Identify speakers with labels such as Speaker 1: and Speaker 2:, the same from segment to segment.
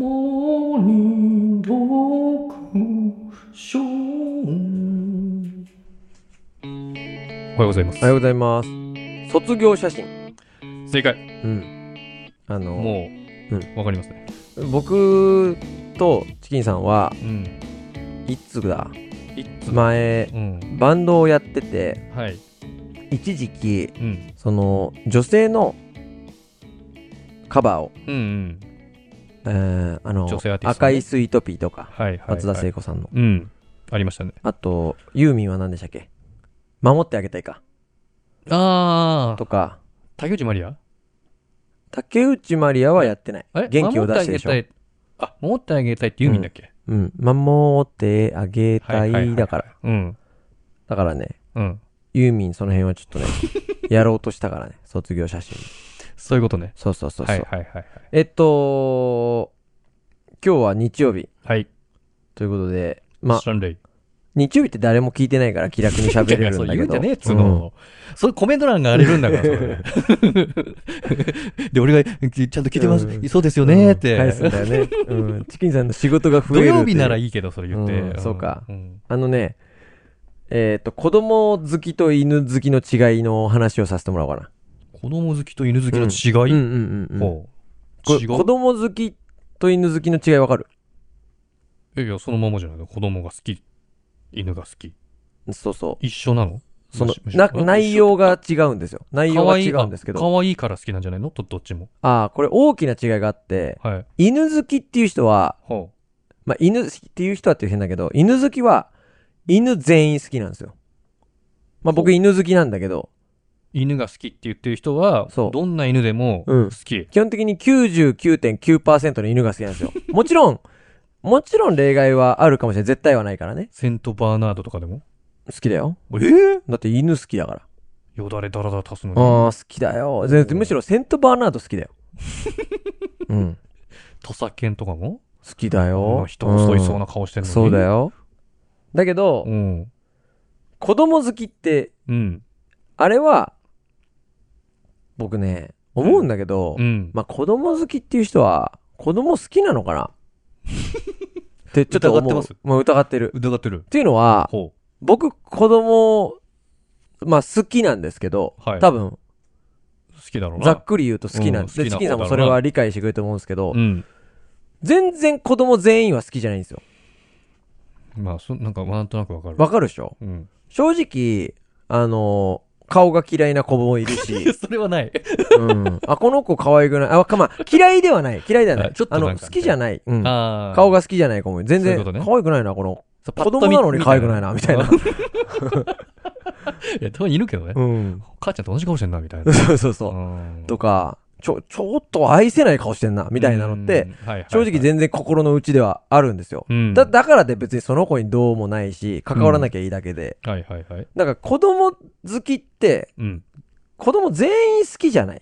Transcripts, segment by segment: Speaker 1: モーニングドクションおはようございま
Speaker 2: おは
Speaker 1: す
Speaker 2: ようございます。
Speaker 3: 卒業写真
Speaker 1: 正解
Speaker 2: うん。あの、
Speaker 1: もう、
Speaker 2: うん
Speaker 1: わかりますね
Speaker 2: 僕とチキンさんは、
Speaker 1: うん
Speaker 2: いつだ
Speaker 3: いつ
Speaker 2: 前、
Speaker 1: うん
Speaker 2: バンドをやってて、
Speaker 1: はい
Speaker 2: 一時期、
Speaker 1: うん
Speaker 2: その、女性のカバーを、
Speaker 1: うんうん
Speaker 2: えーあの、
Speaker 1: 女性アーティストね
Speaker 2: 赤いスイートピーとか、
Speaker 1: はいはいはい
Speaker 2: 松田聖子さんの、
Speaker 1: うんありましたね
Speaker 2: あと、ユーミンは何でしたっけ守ってあげたいか、
Speaker 1: あ
Speaker 2: とか、
Speaker 1: 竹内まりや
Speaker 2: 竹内まりやはやってない
Speaker 1: え。
Speaker 2: 元気を出してでしょ
Speaker 1: 守。ってあげたいあ守ってあげたいってユーミンだっけ、
Speaker 2: うん。守ってあげたいだから。
Speaker 1: うん
Speaker 2: だからね、
Speaker 1: うん
Speaker 2: ユーミンその辺はちょっ とね、やろうとしたからね、卒業写真。
Speaker 1: そういうことね
Speaker 2: そうそうそうそう、
Speaker 1: はいはいはいはい
Speaker 2: えっと、今日は日曜日
Speaker 1: はい
Speaker 2: ということで、まあ
Speaker 1: シ、ャンレイ
Speaker 2: 日曜日って誰も聞いてないから気楽に喋れるんだけど。
Speaker 1: いやいやそう言うんじゃねえっつう
Speaker 2: うん
Speaker 1: の。そういうコメント欄が荒れるんだから、それ で、俺が、きちゃんと聞いてます。
Speaker 2: うん
Speaker 1: そうですよねって。
Speaker 2: 返すんだよね。うん。チキンさんの仕事が増
Speaker 1: 土
Speaker 2: えるっていう。
Speaker 1: 曜日ならいいけど、それ言って。
Speaker 2: うんそうか
Speaker 1: ん
Speaker 2: あのね、えっと、子供好きと犬好きの違いの話をさせてもらおうか
Speaker 1: 子供好きと犬好きの違
Speaker 2: な。う
Speaker 1: い、
Speaker 2: んうんうんうん。
Speaker 1: ほう
Speaker 2: こ
Speaker 1: 違
Speaker 2: 子
Speaker 1: う
Speaker 2: 供好きと犬好きの違いわかる
Speaker 1: いやいや、そのままじゃないの。子供が好き。犬が好き。
Speaker 2: そうそ
Speaker 1: 一緒なの
Speaker 2: う。その
Speaker 1: むしむ、し
Speaker 2: な、
Speaker 1: ろ
Speaker 2: 内容が違うんですよ。内容
Speaker 1: 可
Speaker 2: が
Speaker 1: 愛い
Speaker 2: 違うんですけ
Speaker 1: 可
Speaker 2: ど。
Speaker 1: 愛いから好きなんじゃないのと、どっちも。
Speaker 2: ああ、これ大きな違いがあって、
Speaker 1: はい。
Speaker 2: 犬好きっていう人は、
Speaker 1: ほ
Speaker 2: まあ、犬好きっていう人はっていう変だけど、犬好きは、犬全員好きなんですよ。まあ、
Speaker 1: ほ
Speaker 2: 僕
Speaker 1: う
Speaker 2: 犬好きなんだけど、
Speaker 1: う犬が好きって言ってる人は、
Speaker 2: そう
Speaker 1: どんな犬でも
Speaker 2: うん
Speaker 1: 好き。
Speaker 2: 基本的に99.9%の犬が好きなんですよ。 もちろん、もちろん例外はあるかもしれない。絶対はないからね。
Speaker 1: セントバーナードとかでも。
Speaker 2: 好きだよ。
Speaker 1: えぇ、
Speaker 2: だって犬好きだから。
Speaker 1: よだれだらだら足すのに。
Speaker 2: ああ、好きだよ。全然むしろセントバーナード好 きだよ。うん。
Speaker 1: 土佐犬とかも
Speaker 2: 好きだ
Speaker 1: こ
Speaker 2: よ
Speaker 1: の。人細いそう
Speaker 2: な、
Speaker 1: な顔して
Speaker 2: うん
Speaker 1: の
Speaker 2: ん
Speaker 1: に。
Speaker 2: そうだ。よ。だけど、
Speaker 1: うん。
Speaker 2: 子供好きって、
Speaker 1: うん。
Speaker 2: あれは、僕ね、思うんだけど、
Speaker 1: うん。
Speaker 2: まあ子供好きっていう人は、子供好きなのかな ってちょっと思う。
Speaker 1: 疑ってます
Speaker 2: まあ疑ってる。っ
Speaker 1: 疑ってる。
Speaker 2: ていうのは、
Speaker 1: ほ
Speaker 2: 僕、子供、まあ好きなんですけど、
Speaker 1: はい
Speaker 2: 多分、
Speaker 1: う。好きだろうな。
Speaker 2: ざっくり言うと好きなんです。
Speaker 1: うん
Speaker 2: で、
Speaker 1: 好
Speaker 2: チ
Speaker 1: き
Speaker 2: キン
Speaker 1: な方だろ
Speaker 2: さん
Speaker 1: うな
Speaker 2: もそれは理解してくれると思うんですけど、
Speaker 1: うん。
Speaker 2: 全然子供全員は好きじゃないんですよ。
Speaker 1: まあ、そなんか、なんとなくわかる。
Speaker 2: わかるでしょ
Speaker 1: うん。
Speaker 2: 正直、あの顔が嫌いな子もい る し、
Speaker 1: それはない。
Speaker 2: うん。あ、この子可愛くない。あ、かまあ、嫌いではない。嫌いではな
Speaker 1: あ
Speaker 2: い。
Speaker 1: ちょっと
Speaker 2: あ
Speaker 1: なん
Speaker 2: の、
Speaker 1: か
Speaker 2: 好きじゃない。うん。
Speaker 1: ああ。
Speaker 2: 顔
Speaker 1: が、
Speaker 2: が好きじゃない子もいる全
Speaker 1: そうい
Speaker 2: 然、
Speaker 1: うことね
Speaker 2: 可愛くないな、この。
Speaker 1: パ。
Speaker 2: 子供なのに可愛くないな、みたいな。
Speaker 1: いや、たまにいるけどね。
Speaker 2: うん。
Speaker 1: 母ちゃんと同じ顔してんな、みたいな。
Speaker 2: そうそうそう。
Speaker 1: うん
Speaker 2: とか、ちょ、ちょっと愛せない顔してんな、みたいなのって、、正直
Speaker 1: 然、
Speaker 2: 全然心の内ではあるんですよ。
Speaker 1: うん
Speaker 2: だ、だからで別にその子にどうもないし、関わらなきゃいいだけで。
Speaker 1: はいはいはい。
Speaker 2: なんか子供好きって、
Speaker 1: うん。
Speaker 2: 子供全員好きじゃない。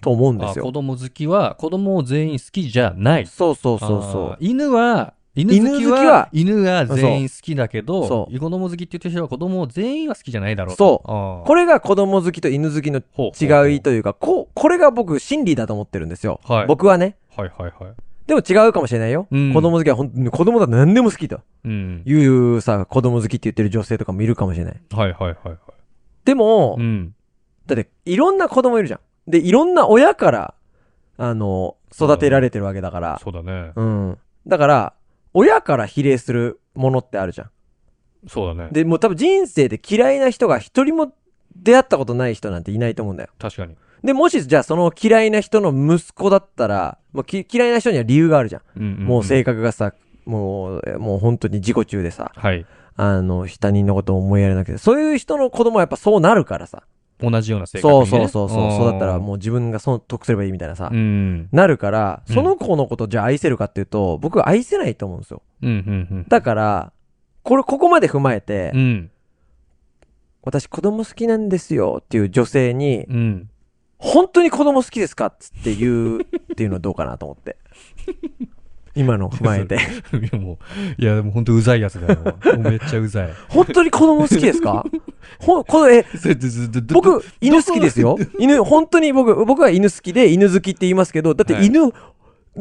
Speaker 2: と思うんで
Speaker 1: あ
Speaker 2: す
Speaker 1: 子
Speaker 2: よ。
Speaker 1: 供好きは、子供を全員好きじゃない。
Speaker 2: そうそうそうそ
Speaker 1: あー犬は、犬好き
Speaker 2: 犬好きは
Speaker 1: は、犬が全員好きだけ
Speaker 2: そ
Speaker 1: ど
Speaker 2: う、
Speaker 1: 子供好きって言ってる人は子供全員は好きじゃないだろう。
Speaker 2: そうう。
Speaker 1: こ
Speaker 2: これが子供好きと犬好きの
Speaker 1: れ
Speaker 2: 違い。というか、こ、これが僕真理だと思ってるんですよ。
Speaker 1: はい
Speaker 2: 僕はね。
Speaker 1: はいはいはい。
Speaker 2: でも違うかもしれないよ。
Speaker 1: うん
Speaker 2: 子供好きは本当に子供だと何でも好きと
Speaker 1: うん。
Speaker 2: いうさ、子供好きって言ってる女性とかもいるかもしれない。
Speaker 1: はいはいはいはい。
Speaker 2: でも、
Speaker 1: うん。
Speaker 2: だっていろんな子供いるじゃん。で、いろんな親から、あの、育てられてるわけだから。
Speaker 1: そうだね。
Speaker 2: うん。だから、親から比例するものってあるじゃん。
Speaker 1: そうだね。
Speaker 2: で、もう多分人生で嫌いな人が一人も出会ったことない人なんていないと思うんだよ。
Speaker 1: 確かに。
Speaker 2: で、もし、じゃあその嫌いな人の息子だったら、もうき嫌いな人には理由があるじゃん。もう性
Speaker 1: 正
Speaker 2: 格がさ、もう、えもう本当に自己中でさ、
Speaker 1: はい。
Speaker 2: あの、他人のことを思いやれなくて、そういう人の子供はやっぱそうなるからさ。
Speaker 1: 同じような性格に
Speaker 2: そう
Speaker 1: ね。
Speaker 2: そうそうそう、そうだったら
Speaker 1: う
Speaker 2: もう自分が損得すればいいみたいなさ、
Speaker 1: ん。うん。
Speaker 2: なるから、
Speaker 1: うん
Speaker 2: その子のことじゃあ愛せるかっていうと、僕は愛せないと思うんですよ。
Speaker 1: うんうん
Speaker 2: だから、これ、ここまで踏まえて、
Speaker 1: うん。うん。
Speaker 2: 私子供好きなんですよっていう女性に、
Speaker 1: うん。
Speaker 2: 本当に子供好きですかっつって言うっていうのはどうかなと 思って。今の踏まえて。
Speaker 1: いやもう、いやでも本当うざいやつだよ。もうめっちゃうざい。
Speaker 2: 本当に子供好きですかほん、この、え、
Speaker 1: それずずずず
Speaker 2: 僕、犬好きですよ。犬、本当に僕、僕は犬好きで、犬好きって言いますけど、だって犬、だ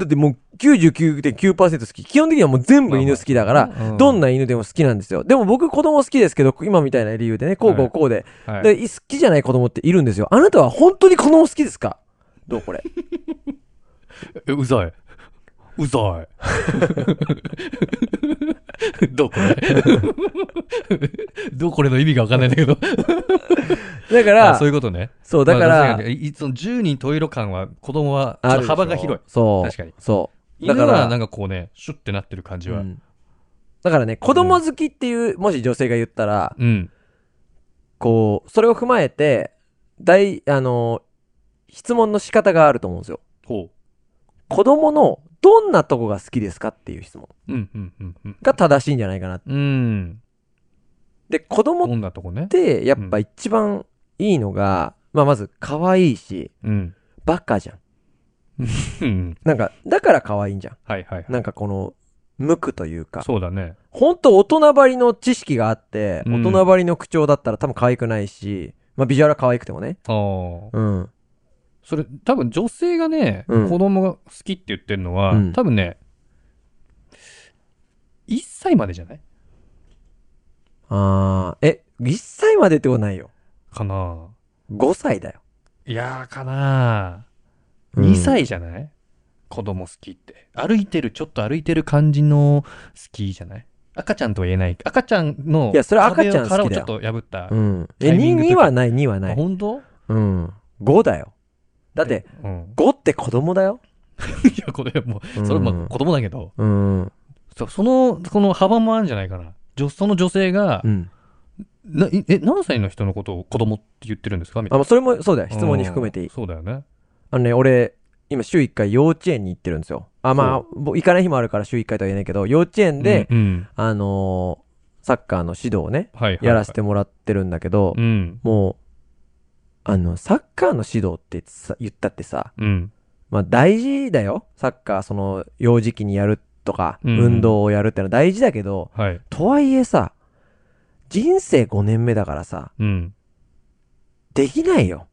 Speaker 2: ってもう99.9%好き。基本的にはもう全部犬好きだから、
Speaker 1: うん
Speaker 2: どんな犬でも好きなんですよ。でも僕子供好きですけど、今みたいな理由でね、こうこうこうで。
Speaker 1: はい
Speaker 2: で、好きじゃない子供っているんですよ。あなたは本当に子供好きですかどうこれ。
Speaker 1: えうざい。うざい。 どうこれ どうこれの意味がわかんないんだけど。
Speaker 2: だか
Speaker 1: あ
Speaker 2: ら、
Speaker 1: そ
Speaker 2: そう
Speaker 1: いううことね。
Speaker 2: だから
Speaker 1: まあ確にいつも10人十色感は子供はちょっと幅が広い。
Speaker 2: そう。
Speaker 1: 確かに
Speaker 2: そう。
Speaker 1: 犬
Speaker 2: だか
Speaker 1: はな
Speaker 2: ら、
Speaker 1: んかこうね、シュッてなってる感じ
Speaker 2: う
Speaker 1: は。
Speaker 2: んだからね、子供好きっていう、もし女性が言ったら、
Speaker 1: うん。
Speaker 2: こう、それを踏まえて、大、あの、質問の仕方があると思うんですよ。
Speaker 1: ほ
Speaker 2: 子供のどんなとこが好きですかっていう質問
Speaker 1: う。うん、うん、うん、うん。
Speaker 2: が正しいんじゃないかな。
Speaker 1: うん。
Speaker 2: で、子供っ
Speaker 1: こんなとこね。
Speaker 2: て、やっぱ一番いいのが、まあまず可愛いし、
Speaker 1: うん。
Speaker 2: バカじゃん。
Speaker 1: うん。
Speaker 2: なんか、だから可愛いんじゃ
Speaker 1: はいはい
Speaker 2: ん。なんかこの、無垢というか、
Speaker 1: そうだね。
Speaker 2: ほんと大人ばりの知識があって、
Speaker 1: う
Speaker 2: 大
Speaker 1: ん
Speaker 2: 人ばりの口調だったら多分可愛くないし、まあビジュアルは可愛くてもね。
Speaker 1: ああ。
Speaker 2: うん。
Speaker 1: それ、多分女性がね、
Speaker 2: うん
Speaker 1: 子供が好きって言ってるのは、
Speaker 2: うん
Speaker 1: 多分ね、1歳までじゃない
Speaker 2: あー、え、1歳までってことないよ。
Speaker 1: かな
Speaker 2: 5歳だよ。
Speaker 1: いやーかな
Speaker 2: うん
Speaker 1: 2歳じゃない、子供好きって。歩いてる、ちょっと歩いてる感じの好きじゃない赤ちゃんとは言えない。赤ちゃんの、
Speaker 2: いやそれは赤ちゃん好きだよ
Speaker 1: 壁を殻をちょっと破った。
Speaker 2: うん。
Speaker 1: タ
Speaker 2: え、
Speaker 1: イミン
Speaker 2: 2、
Speaker 1: グとか
Speaker 2: 2はない、2はな
Speaker 1: あ
Speaker 2: い。
Speaker 1: 本当
Speaker 2: うん。5だよ。だって、、
Speaker 1: うん。
Speaker 2: 5って子供だよ。
Speaker 1: いや、これもう、それもまあ子供だけど、
Speaker 2: うん。
Speaker 1: そその、この幅もあるんじゃないかな。女その女性が
Speaker 2: う、ん。
Speaker 1: なえ、何歳の人のことを子供って言ってるんですかみたいな
Speaker 2: あ、もうそれも、そうだよ。質問に含めていい
Speaker 1: うん。そうだよね。
Speaker 2: あのね、俺、今週1回幼稚園に行ってるんですよ。あ、まあ、僕行かない日もあるから週1回とは言えないけど、幼稚園で、
Speaker 1: うんうん
Speaker 2: あのーサッカーの指導をね、
Speaker 1: はいはいはい
Speaker 2: やらせてもらってるんだけど、
Speaker 1: うん。
Speaker 2: もう、あの、サッカーの指導ってさ言ったってさ、
Speaker 1: うん。
Speaker 2: まあ大事だよ。サッカー、その、幼児期にやるとか、
Speaker 1: うん
Speaker 2: 運動をやるってのは大事だけど、
Speaker 1: はい。
Speaker 2: とはいえさ、人生5年目だからさ、
Speaker 1: うん。
Speaker 2: できないよ。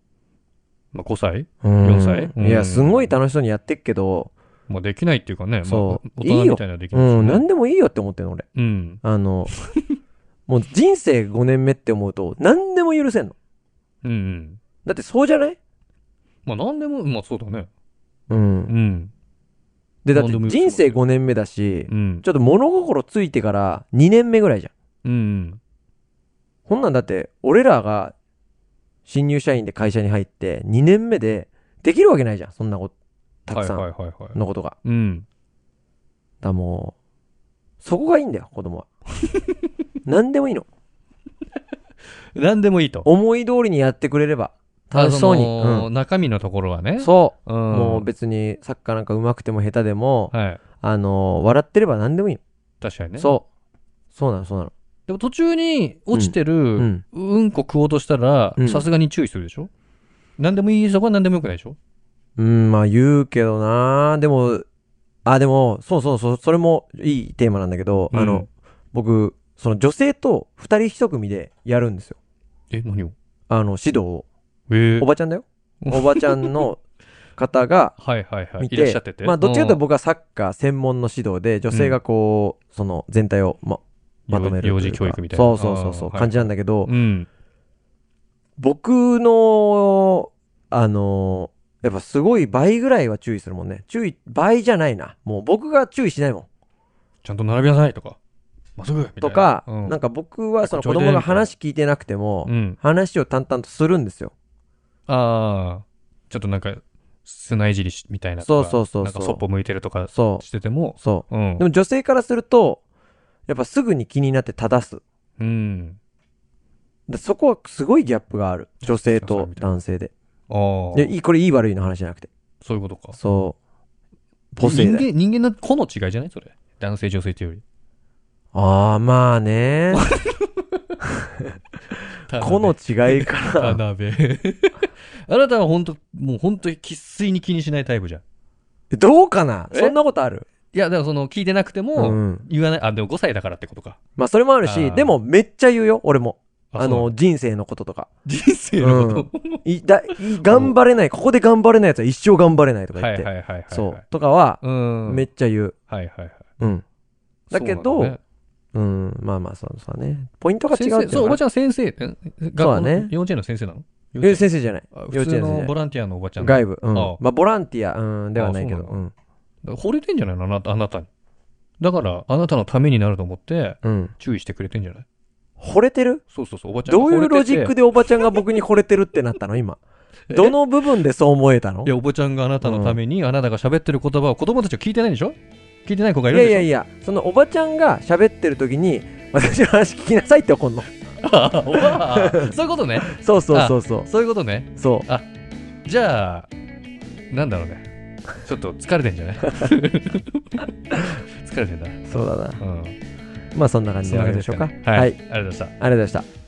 Speaker 1: まあ、5歳
Speaker 2: うん
Speaker 1: 4歳うん
Speaker 2: いや、すんごい楽しそうにやってっけど、
Speaker 1: まあ、できないっていうかね。まあ
Speaker 2: そう
Speaker 1: 大人みたいなのはでき
Speaker 2: う
Speaker 1: ないですよ
Speaker 2: ん、何
Speaker 1: ね。
Speaker 2: でもいいよって思ってんの、俺。
Speaker 1: うん。
Speaker 2: あの、もう人生5年目って思うと、何でも許せんの。
Speaker 1: うんうん。
Speaker 2: だってそうじゃない
Speaker 1: まあ、何でも、まあ、そうだね。
Speaker 2: う。
Speaker 1: うんん。
Speaker 2: で、だって
Speaker 1: 何でも許せ
Speaker 2: 人生5年目だし
Speaker 1: う、ん。
Speaker 2: ちょっと物心ついてから2年目ぐらいじゃん。
Speaker 1: うん。
Speaker 2: こんなんだって、俺らが新入社員で会社に入って2年目で、できるわけないじゃん、そんなこと、たくさ
Speaker 1: はい
Speaker 2: ん
Speaker 1: はいはいはい。
Speaker 2: のことが。
Speaker 1: うん。
Speaker 2: だからもう、そこがいいんだよ、子供は。 何でもいいの。
Speaker 1: 何でもいいと。
Speaker 2: 思い通りにやってくれれば。楽しそうに。
Speaker 1: あの
Speaker 2: う
Speaker 1: 中身のところはね。。
Speaker 2: ん、そうう。
Speaker 1: も
Speaker 2: もう別にサッカーなんか上手くても下手でも、
Speaker 1: はい。
Speaker 2: あのー、笑ってれば何でもいいの。
Speaker 1: 確かにね。
Speaker 2: そう。そうなの、そうなの。
Speaker 1: でも途中に落ちて
Speaker 2: う
Speaker 1: る、
Speaker 2: ん。
Speaker 1: うんこ食おうとしたら
Speaker 2: う、ん
Speaker 1: さすがに注意するでしょ何でもいい、そこは何でもよくないでしょ
Speaker 2: うん、まあ言うけどなでも、あ、でも、そうそうそう、それもいいテーマなんだけど、あ
Speaker 1: う
Speaker 2: の
Speaker 1: ん、
Speaker 2: 僕、その女性と二人一組でやるんですよ。
Speaker 1: え、何を
Speaker 2: あの、指導を。
Speaker 1: ええ
Speaker 2: おばちゃんだよ。おばちゃんの方が、
Speaker 1: はいはいはい。
Speaker 2: 見て
Speaker 1: いらっしゃってて。
Speaker 2: まあ、どっちかというと
Speaker 1: 僕
Speaker 2: 僕はサッカー専門の指導で、女性がこう、その全体をま、まとめる
Speaker 1: 幼
Speaker 2: とい
Speaker 1: 児
Speaker 2: うか
Speaker 1: 教育みたいな。
Speaker 2: そうそうそうそう、
Speaker 1: あー
Speaker 2: 感じなんだけど、
Speaker 1: はいうん。
Speaker 2: 僕の、あのーやっぱすごい倍ぐらいは注意するもんね。注意、倍じゃないな。もう僕が注意しないもん。
Speaker 1: ちゃんと並びなさいとか。まっすぐみたいな
Speaker 2: とか、
Speaker 1: う
Speaker 2: なんか僕はその
Speaker 1: ちょ
Speaker 2: 子
Speaker 1: いで
Speaker 2: 供が話聞いてなくても、
Speaker 1: うん。
Speaker 2: 話を淡々とするんですよ。
Speaker 1: ああ。ちょっとなんか、砂いじりしみたいな
Speaker 2: そ
Speaker 1: と
Speaker 2: う
Speaker 1: か。
Speaker 2: そうそうそう
Speaker 1: なんかそっぽ向いてるとか
Speaker 2: そ
Speaker 1: してても
Speaker 2: う、。そうう。
Speaker 1: ん
Speaker 2: で。も女性からすると、やっぱすぐに気になって正す。
Speaker 1: うん。
Speaker 2: でそこはすごいギャップがある。女性と男性で。
Speaker 1: ああ。
Speaker 2: で、いいこれいい悪いの話じゃなくて。
Speaker 1: そういうことか。
Speaker 2: そう。ポセイ
Speaker 1: 人
Speaker 2: だよ。
Speaker 1: 間、人間の個の違いじゃないそれ。男性、女性っていうより。
Speaker 2: ああ、まあね。個の違い か
Speaker 1: 田
Speaker 2: ら。
Speaker 1: 辺。田辺あなたは本当もう本当に生粋に気にしないタイプじゃん。
Speaker 2: どうかな
Speaker 1: え
Speaker 2: そんなことある
Speaker 1: いや、だからその、聞いてなくて
Speaker 2: う
Speaker 1: も、
Speaker 2: ん。
Speaker 1: 言わない、あ、でも5歳だからってことか。
Speaker 2: まあ、それもある
Speaker 1: あ
Speaker 2: し、
Speaker 1: ー
Speaker 2: でもめっちゃ言うよ、俺も。あの、 人生のこととか。
Speaker 1: 人生のこと、
Speaker 2: いだい頑張れない、ここで頑張れないやつは一生頑張れないとか
Speaker 1: は
Speaker 2: 言
Speaker 1: い
Speaker 2: って。
Speaker 1: はいはいはいはい
Speaker 2: そう。とかは、
Speaker 1: うん
Speaker 2: めっちゃ言う。
Speaker 1: はいはいはい
Speaker 2: うん。だけど、
Speaker 1: そうなんだね
Speaker 2: うん、まあまあ、そうそうね。ポイントが違うってい
Speaker 1: 先
Speaker 2: うの
Speaker 1: 生そうおばち
Speaker 2: ゃ
Speaker 1: ゃん先生え学校
Speaker 2: そうだね
Speaker 1: の幼稚園の先生なの幼
Speaker 2: ん。
Speaker 1: 稚
Speaker 2: え、
Speaker 1: 園
Speaker 2: 先生じゃない。
Speaker 1: あ
Speaker 2: 幼
Speaker 1: 普
Speaker 2: 稚
Speaker 1: 通
Speaker 2: 園
Speaker 1: の
Speaker 2: 先
Speaker 1: ボランティアのおばちゃ
Speaker 2: 生。
Speaker 1: ん
Speaker 2: 外部。うん。
Speaker 1: ああ
Speaker 2: まあ、ボランティア、うん、ではないけど。
Speaker 1: ああ
Speaker 2: う
Speaker 1: そ
Speaker 2: ん。
Speaker 1: 惚れてんじゃないのあなたあなたにだからあなたのためになると思って
Speaker 2: うん。
Speaker 1: 注意してくれてんじゃない
Speaker 2: 惚れてる
Speaker 1: そうそうそうおばちゃん
Speaker 2: ど
Speaker 1: が
Speaker 2: う
Speaker 1: 惚れて
Speaker 2: いう
Speaker 1: て
Speaker 2: ロジックでおばちゃんが僕に惚れてるってなった の今。
Speaker 1: え
Speaker 2: どの部分でそう思えたの
Speaker 1: いやおばちゃんがあなたのために、あなたが喋ってる言葉を子供たちは聞いてないでしょ聞いてない子がい
Speaker 2: い
Speaker 1: るん
Speaker 2: や
Speaker 1: でしょ
Speaker 2: いやいや、そのおばちゃんが喋ってる時に、私の話聞きなさいって怒んの。
Speaker 1: あおばあ そういうことね
Speaker 2: そうそうそうそう。
Speaker 1: そういうことね
Speaker 2: そ
Speaker 1: じゃあなんだろうねちょっと疲れてんじゃない 疲れてんだ
Speaker 2: う。そうだな。
Speaker 1: うん
Speaker 2: まあそんな感じで
Speaker 1: そん
Speaker 2: 終
Speaker 1: な
Speaker 2: わ
Speaker 1: 感じでしょう
Speaker 2: りましょうか。
Speaker 1: か、
Speaker 2: は
Speaker 1: はいい、ありがとうございました
Speaker 2: ありがとうございました。